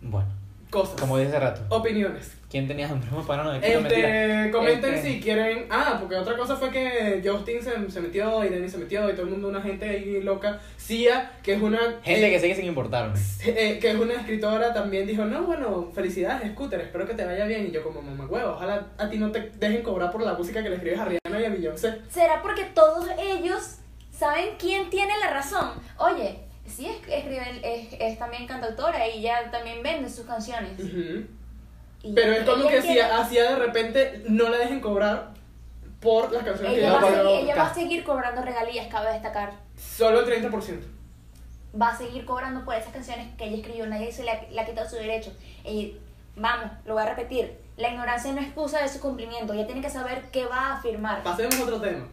Speaker 2: Bueno,
Speaker 1: Cosas.
Speaker 2: como dije hace rato,
Speaker 1: Opiniones.
Speaker 2: ¿quién tenía hambre (laughs) para no decir mentira?
Speaker 1: Este, comenten
Speaker 2: Este.
Speaker 1: si quieren. Ah, porque otra cosa fue que Justin se, se metió y Danny se metió y todo el mundo, una gente ahí loca. Sia, que es una.
Speaker 2: Gente que sigue sin importarme.
Speaker 1: eh, que es una escritora, también dijo: No, bueno, felicidades, Scooter, espero que te vaya bien. Y yo, como mamá huevo, ojalá a ti no te dejen cobrar por la música que le escribes a Rihanna y a Beyoncé.
Speaker 3: ¿Será porque todos ellos saben quién tiene la razón? Oye, sí, es, escribe, es, es también cantautora y ya también vende sus canciones.
Speaker 1: Ujú.
Speaker 3: Y
Speaker 1: Pero es como
Speaker 3: ella
Speaker 1: que si
Speaker 3: quiere-
Speaker 1: hacía de repente no la dejen cobrar por las canciones que ella
Speaker 2: No,
Speaker 3: Ella, va, a
Speaker 2: pero-
Speaker 3: seguir,
Speaker 1: grabó.
Speaker 3: ella va a seguir cobrando regalías, cabe destacar.
Speaker 1: Solo el 30%.
Speaker 3: Va a seguir cobrando por esas canciones que ella escribió. Nadie se le ha, le ha quitado su derecho. Y vamos, lo voy a repetir. La ignorancia no es excusa de su cumplimiento. Ella tiene que saber qué va a firmar.
Speaker 1: Pasemos a otro
Speaker 3: (laughs)
Speaker 1: tema.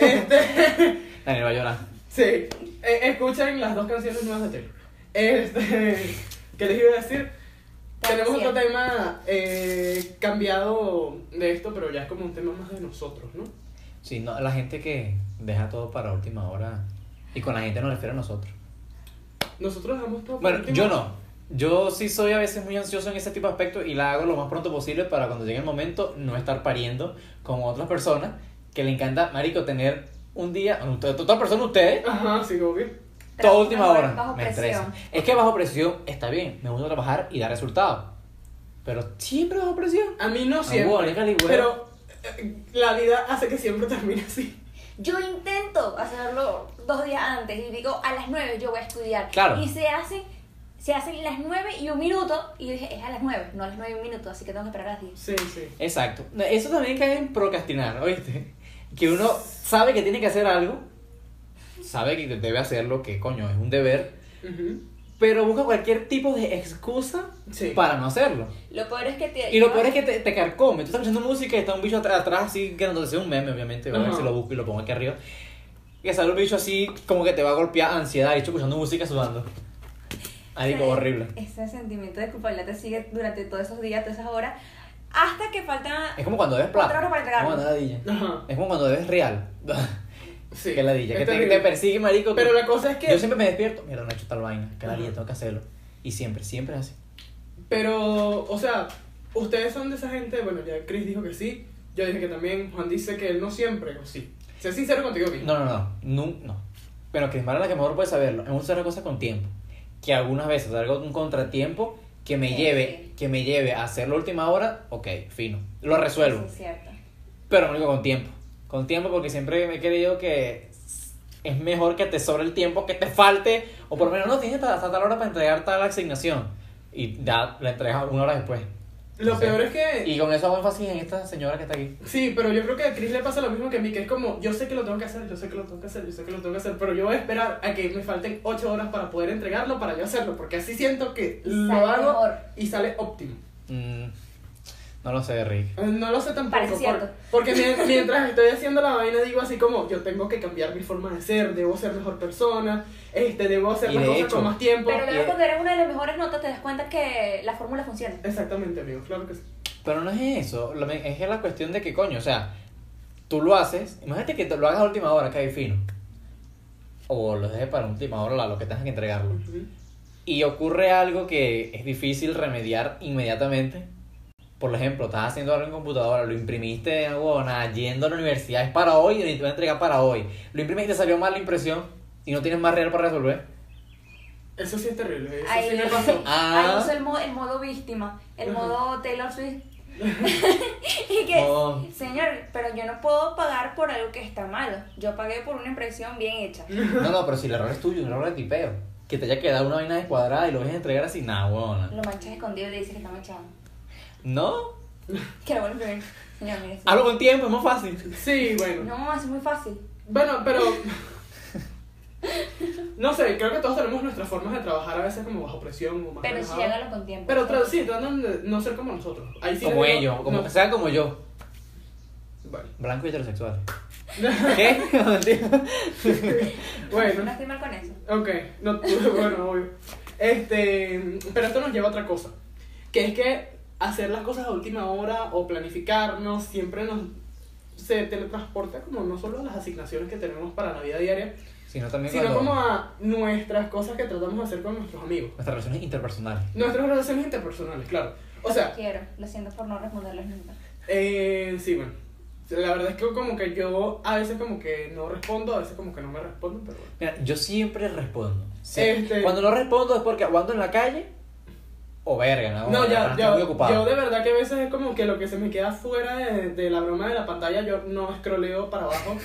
Speaker 1: Este.
Speaker 2: Daniel va a llorar.
Speaker 1: Sí, eh, escuchen las dos canciones nuevas de Taylor. Este, ¿Qué les iba a decir? Tenemos otro tema eh, cambiado de esto, pero ya es como un tema más de nosotros, ¿no?
Speaker 2: Sí, no, la gente que deja todo para última hora. Y con la gente nos refiero a nosotros.
Speaker 1: Nosotros dejamos todo. por
Speaker 2: Bueno,
Speaker 1: último.
Speaker 2: yo no. Yo sí soy a veces muy ansioso en ese tipo de aspectos y la hago lo más pronto posible para cuando llegue el momento no estar pariendo con otras personas que le encanta, marico, tener un día, un- to- toda persona ustedes,
Speaker 1: Ajá, sí, obvio.
Speaker 3: Trabajo
Speaker 2: toda última
Speaker 3: mejor
Speaker 2: hora.
Speaker 3: bajo
Speaker 2: me
Speaker 3: presión.
Speaker 2: estresa. Es que bajo presión está bien, me gusta trabajar y dar resultados. Pero siempre bajo presión.
Speaker 1: A mí no
Speaker 2: Ah, bueno,
Speaker 1: siempre.
Speaker 2: es caligüero.
Speaker 1: pero eh, la vida hace que siempre termine así.
Speaker 3: Yo intento hacerlo dos días antes y digo a las 9 yo voy a estudiar.
Speaker 2: Claro.
Speaker 3: Y se hacen, se hacen las 9 y un minuto. Y yo dije, es a las 9, no a las 9 y un minuto, así que tengo que esperar a las 10.
Speaker 1: Sí, sí.
Speaker 2: Exacto. Eso también cae en procrastinar, ¿oíste? Que uno sabe que tiene que hacer algo, sabe que debe hacerlo, que coño, es un deber,
Speaker 1: Ujú.
Speaker 2: pero busca cualquier tipo de excusa
Speaker 1: Sí.
Speaker 2: para no hacerlo.
Speaker 3: Lo peor es que te.
Speaker 2: Y lo peor es
Speaker 3: (laughs)
Speaker 2: que te, te carcome. Tú estás escuchando música y está un bicho atrás, atrás así, grandose un meme, obviamente. Voy a ver
Speaker 1: Ajá.
Speaker 2: si lo busco y lo pongo aquí arriba. Y sale un bicho así, como que te va a golpear ansiedad. Y tú escuchando música sudando. Ahí, como horrible.
Speaker 3: Ese sentimiento de culpabilidad te sigue durante todos esos días, todas esas horas, hasta que falta.
Speaker 2: Es como cuando debes
Speaker 3: Otra hora
Speaker 2: plata.
Speaker 3: para
Speaker 2: Es como
Speaker 3: entregarlo.
Speaker 2: cuando debes ladilla.
Speaker 1: Ajá.
Speaker 2: Es como cuando debes real. (laughs)
Speaker 1: Sí.
Speaker 2: que ladilla.
Speaker 1: Es
Speaker 2: Que te,
Speaker 1: terrible.
Speaker 2: te persigue, marico.
Speaker 1: Pero la cosa es que.
Speaker 2: Yo siempre me despierto. Mira, no he hecho tal vaina. Que la
Speaker 1: Ajá.
Speaker 2: día tengo que hacerlo. Y siempre, siempre es así.
Speaker 1: Pero, o sea, ustedes son de esa gente, bueno, ya Chris dijo que sí, yo dije que también, Juan dice que él no siempre, o sí. Sé sincero contigo mismo.
Speaker 2: No, no, no. No. no. Pero que es la que mejor puede saberlo. Es una cosa con tiempo. Que algunas veces salga un contratiempo que me
Speaker 3: Sí,
Speaker 2: lleve,
Speaker 3: sí.
Speaker 2: que me lleve a hacerlo a última hora, ok, fino. Lo resuelvo.
Speaker 3: Sí, es cierto.
Speaker 2: Pero único con tiempo. Con tiempo porque siempre me he creído que es mejor que atesore el tiempo que te falte. O por lo menos no tienes hasta, hasta tal hora para entregar tal asignación. Y ya la entregas una hora después.
Speaker 1: Lo
Speaker 2: Sí.
Speaker 1: peor es que.
Speaker 2: Y con eso hago énfasis en esta señora que está aquí.
Speaker 1: Sí, pero yo creo que a Chris le pasa lo mismo que a mí, que es como, yo sé que lo tengo que hacer, yo sé que lo tengo que hacer, yo sé que lo tengo que hacer, pero yo voy a esperar a que me falten 8 horas para poder entregarlo, para yo hacerlo, porque así siento que
Speaker 3: Y
Speaker 1: lo
Speaker 3: sale
Speaker 1: hago
Speaker 3: mejor.
Speaker 1: y sale óptimo.
Speaker 2: Mm, no lo sé, Rick.
Speaker 1: Eh, No lo sé tampoco.
Speaker 3: Parece
Speaker 1: por-
Speaker 3: cierto.
Speaker 1: porque
Speaker 3: (laughs)
Speaker 1: mien- mientras estoy haciendo la vaina digo así como, yo tengo que cambiar mi forma de ser, debo ser mejor persona, este, debo hacer
Speaker 2: Y
Speaker 1: las
Speaker 2: de
Speaker 1: cosas
Speaker 2: hecho-
Speaker 1: con más tiempo.
Speaker 3: Pero luego,
Speaker 2: Bien.
Speaker 3: cuando eres una de las mejores notas, te das cuenta que la fórmula funciona.
Speaker 1: Exactamente, amigo, claro que sí.
Speaker 2: Pero no es eso, lo- es que la cuestión de que coño, o sea, tú lo haces, imagínate que te lo hagas a última hora, que hay fino. O lo dejes para última hora, la- lo que tengas que entregarlo.
Speaker 1: Ujú.
Speaker 2: Y ocurre algo que es difícil remediar inmediatamente. por ejemplo, estás haciendo algo en computadora, lo imprimiste bueno, yendo a la universidad, es para hoy y te va a entregar para hoy. Lo imprimiste, salió mal la impresión y no tienes más real para resolver.
Speaker 1: Eso sí es terrible. Eso
Speaker 3: Ahí,
Speaker 1: sí me pasó.
Speaker 2: Ah.
Speaker 3: ahí uso el modo, el modo víctima, el
Speaker 1: Ajá.
Speaker 3: modo
Speaker 1: (laughs)
Speaker 3: Taylor Swift. y que,
Speaker 2: No.
Speaker 3: señor, pero yo no puedo pagar por algo que está malo. Yo pagué por una impresión bien hecha.
Speaker 2: No, no, pero si el error es tuyo, el error es tipeo. Que te haya quedado una vaina descuadrada y lo ves a entregar así, nada, huevona.
Speaker 3: Lo manchas escondido y le dices que está manchado.
Speaker 2: No,
Speaker 3: Que lo vuelvo a imprimir. Señor, mire.
Speaker 2: hazlo con tiempo, es más fácil.
Speaker 1: Sí, bueno.
Speaker 3: No, eso es muy fácil.
Speaker 1: Bueno,
Speaker 3: (laughs)
Speaker 1: pero. No sé, creo que todos tenemos nuestras formas de trabajar a veces como bajo presión o más
Speaker 3: Pero
Speaker 1: relajado.
Speaker 3: sí, hágalo con tiempo.
Speaker 1: Pero tra- sí, tratan de no ser como nosotros. Ahí sí
Speaker 2: como
Speaker 1: les digo,
Speaker 2: ellos, como,
Speaker 1: no.
Speaker 2: sean como yo,
Speaker 1: Vale. (laughs)
Speaker 2: blanco y heterosexual. ¿Qué? (laughs) Mentira.
Speaker 3: (laughs) No
Speaker 1: Bueno,
Speaker 3: estoy mal con eso.
Speaker 1: ok. No, (laughs) bueno, obvio. Este, pero esto nos lleva a otra cosa. Que es que hacer las cosas a última hora o planificarnos siempre nos se teletransporta como no solo a las asignaciones que tenemos para la vida diaria,
Speaker 2: Sino también
Speaker 1: sino
Speaker 2: cuando-
Speaker 1: como a nuestras cosas que tratamos de hacer con nuestros amigos.
Speaker 2: nuestras relaciones interpersonales.
Speaker 1: Nuestras relaciones interpersonales, claro. O sea,
Speaker 3: Quiero, lo siento por no responderles nunca.
Speaker 1: eh, sí, bueno. La verdad es que como que yo a veces como que no respondo, a veces como que no me responden, pero bueno.
Speaker 2: Mira, yo siempre respondo. Sí.
Speaker 1: Este-
Speaker 2: Cuando no respondo es porque o ando en la calle o verga, ¿no?
Speaker 1: No,
Speaker 2: Ahora
Speaker 1: ya,
Speaker 2: estoy
Speaker 1: ya,
Speaker 2: muy ocupado.
Speaker 1: yo de verdad que a veces es como que lo que se me queda fuera de, de la broma de la pantalla, yo no escroleo para
Speaker 2: (laughs)
Speaker 1: abajo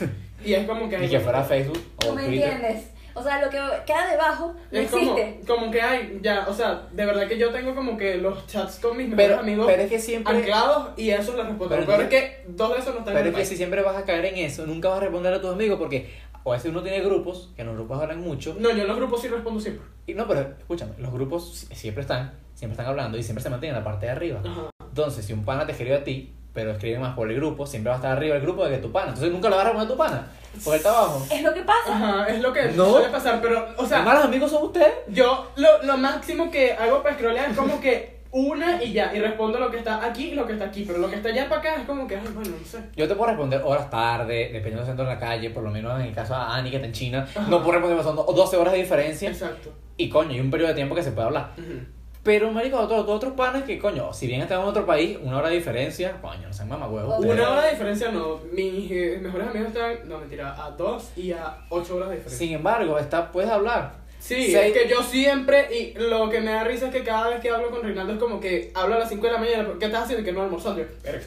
Speaker 1: y es como que...
Speaker 2: Ni que fuera Facebook o
Speaker 3: ¿Tú me
Speaker 2: Twitter.
Speaker 3: entiendes? O sea, lo que queda debajo no
Speaker 1: Es como,
Speaker 3: existe.
Speaker 1: como que hay, ya, o sea, de verdad que yo tengo como que los chats con mis mejores
Speaker 2: Pero,
Speaker 1: amigos
Speaker 2: pero es que siempre...
Speaker 1: anclados y eso les respondo.
Speaker 2: Pero
Speaker 1: Pero, es
Speaker 2: no-
Speaker 1: que dos de esos no están en
Speaker 2: Pero
Speaker 1: el
Speaker 2: es que
Speaker 1: país.
Speaker 2: si siempre vas a caer en eso, nunca vas a responder a tus amigos porque o a veces uno tiene grupos, que en los grupos hablan mucho.
Speaker 1: No, yo en los grupos sí respondo siempre.
Speaker 2: Y no, pero escúchame, los grupos si- siempre están, siempre están hablando y siempre se mantienen en la parte de arriba.
Speaker 1: Ajá.
Speaker 2: Entonces, si un pana te escribe a ti, pero escribe más por el grupo, siempre va a estar arriba el grupo de que tu pana. Entonces nunca le vas a responder a tu pana, porque él está abajo.
Speaker 3: Es lo que pasa.
Speaker 1: Ajá, es lo que
Speaker 2: No.
Speaker 1: suele pasar, pero, o
Speaker 2: Los
Speaker 1: sea,
Speaker 2: malos amigos son ustedes.
Speaker 1: yo lo, lo máximo que hago para scrollear es como que una y ya, y respondo lo que está aquí y lo que está aquí, pero lo que está allá para acá es como que, ay, bueno, no sé.
Speaker 2: Yo te puedo responder horas tarde, dependiendo del centro de la calle, por lo menos en el caso de Ani, que está en China,
Speaker 1: Ajá.
Speaker 2: no puedo responder, son do- 12 horas de diferencia.
Speaker 1: Exacto.
Speaker 2: Y coño, hay un periodo de tiempo que se puede hablar.
Speaker 1: Ujú.
Speaker 2: Pero, marico, otros otros panas que, coño, si bien están en otro país, una hora de diferencia, coño, no sean mamagüevos.
Speaker 3: Obvio.
Speaker 2: ustedes.
Speaker 1: Una hora de diferencia no, mis eh, mejores amigos están, no mentira, a dos y a ocho horas de diferencia.
Speaker 2: Sin embargo, está, puedes hablar.
Speaker 1: Sí,
Speaker 2: Seis-
Speaker 1: es que yo siempre, y lo que me da risa es que cada vez que hablo con Reinaldo es como que hablo a las 5 de la mañana, ¿qué estás haciendo? Que no almorzando. Yo, "Verga".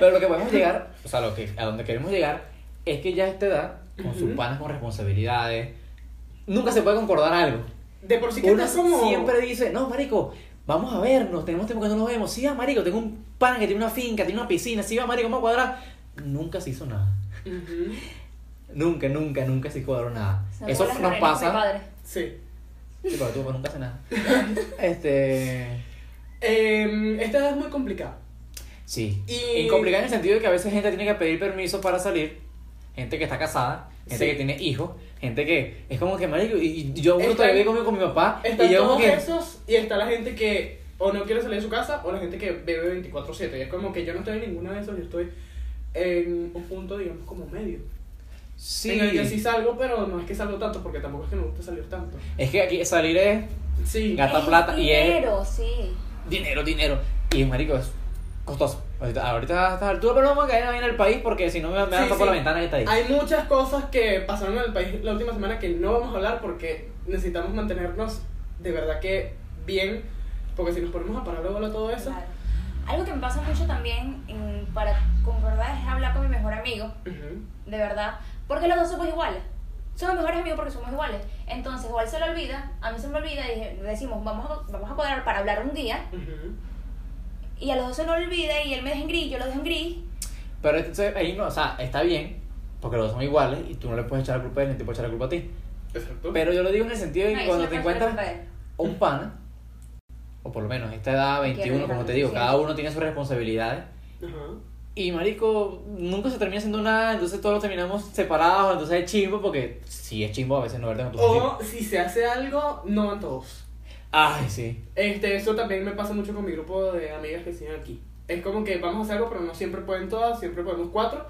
Speaker 2: Pero lo que podemos llegar, o sea, lo que, a donde queremos llegar, es que ya a esta edad, con sus
Speaker 1: Ujú.
Speaker 2: panas, con responsabilidades, nunca se puede concordar algo.
Speaker 1: De por sí que
Speaker 2: Uno
Speaker 1: estás como...
Speaker 2: siempre dice, no, marico, vamos a vernos, tenemos tiempo que no nos vemos. Sí, va, marico, tengo un pana que tiene una finca, tiene una piscina, sí, va, marico, vamos a cuadrar. Nunca se hizo nada.
Speaker 1: Ujú.
Speaker 2: Nunca, nunca, nunca se cuadró nada.
Speaker 3: Son
Speaker 2: Eso
Speaker 3: como las
Speaker 2: nos
Speaker 3: morenas con mi
Speaker 2: pasa.
Speaker 3: padre.
Speaker 1: Sí.
Speaker 2: Sí, pero tú pues, nunca hace nada. (laughs) Este.
Speaker 1: Eh, esta edad es muy complicada.
Speaker 2: Sí.
Speaker 1: Y-
Speaker 2: Y complicado en el sentido de que a veces gente tiene que pedir permiso para salir. Gente que está casada, gente
Speaker 1: Sí.
Speaker 2: que tiene hijos, gente que es como que marico. Y, y yo uno
Speaker 1: Están-
Speaker 2: todavía conmigo con mi papá.
Speaker 1: Están
Speaker 2: y yo como
Speaker 1: todos
Speaker 2: que.
Speaker 1: esos y está la gente que o no quiere salir de su casa o la gente que bebe 24/7. Y es como que yo no estoy en ninguna de esos, yo estoy en un punto, digamos, como medio.
Speaker 2: Sí.
Speaker 1: En el que sí salgo, pero no es que salgo tanto porque tampoco es que me guste salir tanto.
Speaker 2: Es que aquí salir es
Speaker 1: Sí.
Speaker 2: Gata
Speaker 3: Es
Speaker 2: plata y es-
Speaker 3: dinero, sí.
Speaker 2: dinero, dinero. Y marico, es costoso. Ahorita, ahorita a estas alturas, pero no vamos a caer en el país porque si no me, me
Speaker 1: Sí,
Speaker 2: lanzo
Speaker 1: sí.
Speaker 2: por la ventana que está ahí.
Speaker 1: Hay muchas cosas que pasaron en el país la última semana que no vamos a hablar porque necesitamos mantenernos de verdad que bien. Porque si nos ponemos a parar luego de todo eso.
Speaker 3: Claro. Algo que me pasa mucho también en- para concordar es hablar con mi mejor amigo,
Speaker 1: Ujú.
Speaker 3: de verdad, porque los dos somos iguales. Somos mejores amigos porque somos iguales. Entonces, o a él se lo olvida, a mí se me olvida, y dije- decimos, vamos a, vamos a cuadrar para hablar un día,
Speaker 1: Ujú.
Speaker 3: y a los dos se lo olvida, y él me deja en gris, yo lo dejo en gris,
Speaker 2: Pero entonces ahí no, o sea, está bien, porque los dos son iguales y tú no le puedes echar la culpa a él ni te puedes echar la culpa a ti.
Speaker 1: Exacto.
Speaker 2: Pero yo lo digo en el sentido de
Speaker 3: No,
Speaker 2: que
Speaker 3: yo
Speaker 2: cuando
Speaker 3: sí
Speaker 2: te
Speaker 3: le puedo echar
Speaker 2: encuentras
Speaker 3: la culpa a él.
Speaker 2: o un pana, o por lo menos a esta edad,
Speaker 3: Quiero
Speaker 2: 21, como
Speaker 3: dejarlo
Speaker 2: te digo,
Speaker 3: siempre.
Speaker 2: cada uno tiene sus responsabilidades.
Speaker 1: Ajá.
Speaker 2: Y marico, nunca se termina haciendo nada, entonces todos terminamos separados, entonces es chimbo, porque si es chimbo a veces no verte con tus amigos.
Speaker 1: O si se hace algo, no a todos.
Speaker 2: Ay, sí.
Speaker 1: Este, eso también me pasa mucho con mi grupo de amigas que siguen aquí. Es como que vamos a hacer algo, pero no siempre pueden todas, siempre podemos cuatro.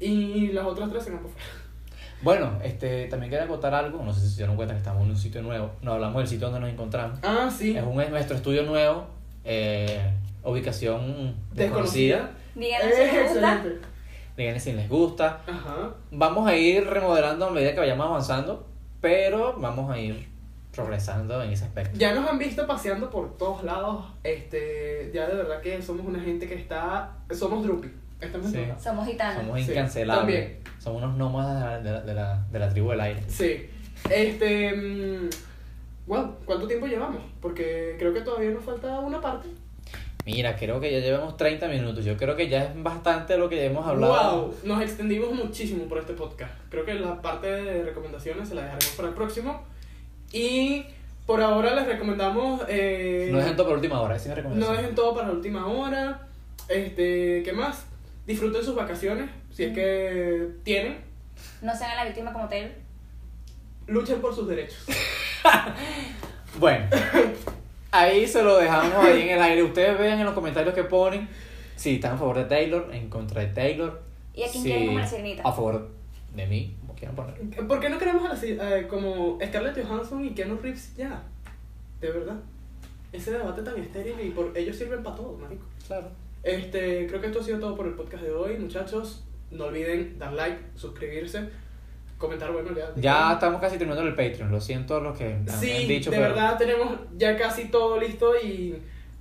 Speaker 1: Y las otras tres se nos fueron.
Speaker 2: Bueno, este, también quería contar algo, no sé si se dieron cuenta que estamos en un sitio nuevo, no hablamos del sitio donde nos encontramos.
Speaker 1: Ah, sí.
Speaker 2: Es un, es nuestro estudio nuevo, eh, ubicación desconocida.
Speaker 3: Díganos si
Speaker 2: Eh,
Speaker 3: les gusta.
Speaker 1: Excelente.
Speaker 2: Díganle si les gusta.
Speaker 1: Ajá.
Speaker 2: Vamos a ir remodelando a medida que vayamos avanzando, pero vamos a ir progresando en ese aspecto.
Speaker 1: Ya nos han visto paseando por todos lados. Este, ya de verdad que somos una gente que está. Somos droopy. Estamos en
Speaker 2: Sí.
Speaker 1: todos lados.
Speaker 3: Somos gitanos.
Speaker 2: Somos
Speaker 1: Sí,
Speaker 2: incancelables. Somos unos nómadas de la, de la- de la tribu del aire.
Speaker 1: Sí. Este. mm, Wow, ¿cuánto tiempo llevamos? Porque creo que todavía nos falta una parte.
Speaker 2: Mira, creo que ya llevamos 30 minutos. Yo creo que ya es bastante lo que hemos hablado.
Speaker 1: Wow, nos extendimos muchísimo por este podcast. Creo que la parte de recomendaciones se la dejaremos para el próximo. Y por ahora les recomendamos. eh,
Speaker 2: No dejen todo por última hora, esa es mi
Speaker 1: No
Speaker 2: recomendación.
Speaker 1: dejen todo para la última hora. Este, ¿qué más? Disfruten sus vacaciones, si es que tienen.
Speaker 3: No sean la víctima como tal.
Speaker 1: Luchen por sus derechos.
Speaker 2: Bueno, ahí se lo dejamos ahí en el aire. Ustedes vean en los comentarios que ponen si están a favor de Taylor, en contra de Taylor.
Speaker 3: ¿Y a quién
Speaker 2: si
Speaker 3: quieren como la sirenita?
Speaker 2: A favor de mí, como quieran poner.
Speaker 1: ¿Por qué no queremos a la si- eh, como Scarlett Johansson y Keanu Reeves ya? De verdad. Ese debate tan estéril y por ellos sirven para todo, marico.
Speaker 2: Claro.
Speaker 1: Este, creo que esto ha sido todo por el podcast de hoy, muchachos. No olviden dar like, suscribirse, comentar, bueno, ya.
Speaker 2: Ya estamos casi terminando el Patreon. Lo siento a los que han
Speaker 1: Sí,
Speaker 2: dicho.
Speaker 1: de
Speaker 2: pero-
Speaker 1: verdad tenemos ya casi todo listo y...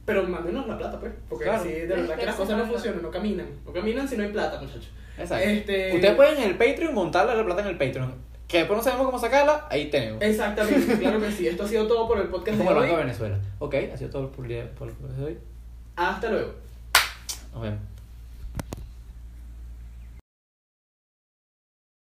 Speaker 1: Pero mándenos la plata, pues. Porque
Speaker 2: Claro.
Speaker 1: así, de verdad que las cosas no funcionan, no caminan. No caminan si no hay plata, muchachos.
Speaker 2: Exacto.
Speaker 1: Este-
Speaker 2: Ustedes pueden en el Patreon montarla la plata en el Patreon. Que después no sabemos cómo sacarla, ahí tenemos.
Speaker 1: Este, Exactamente, claro que sí. Esto ha sido todo por el podcast
Speaker 2: Es
Speaker 1: de
Speaker 2: como el Banco de
Speaker 1: hoy.
Speaker 2: Venezuela. Ok, ha sido todo por el día por el- por hoy.
Speaker 1: Hasta luego.
Speaker 2: Nos vemos.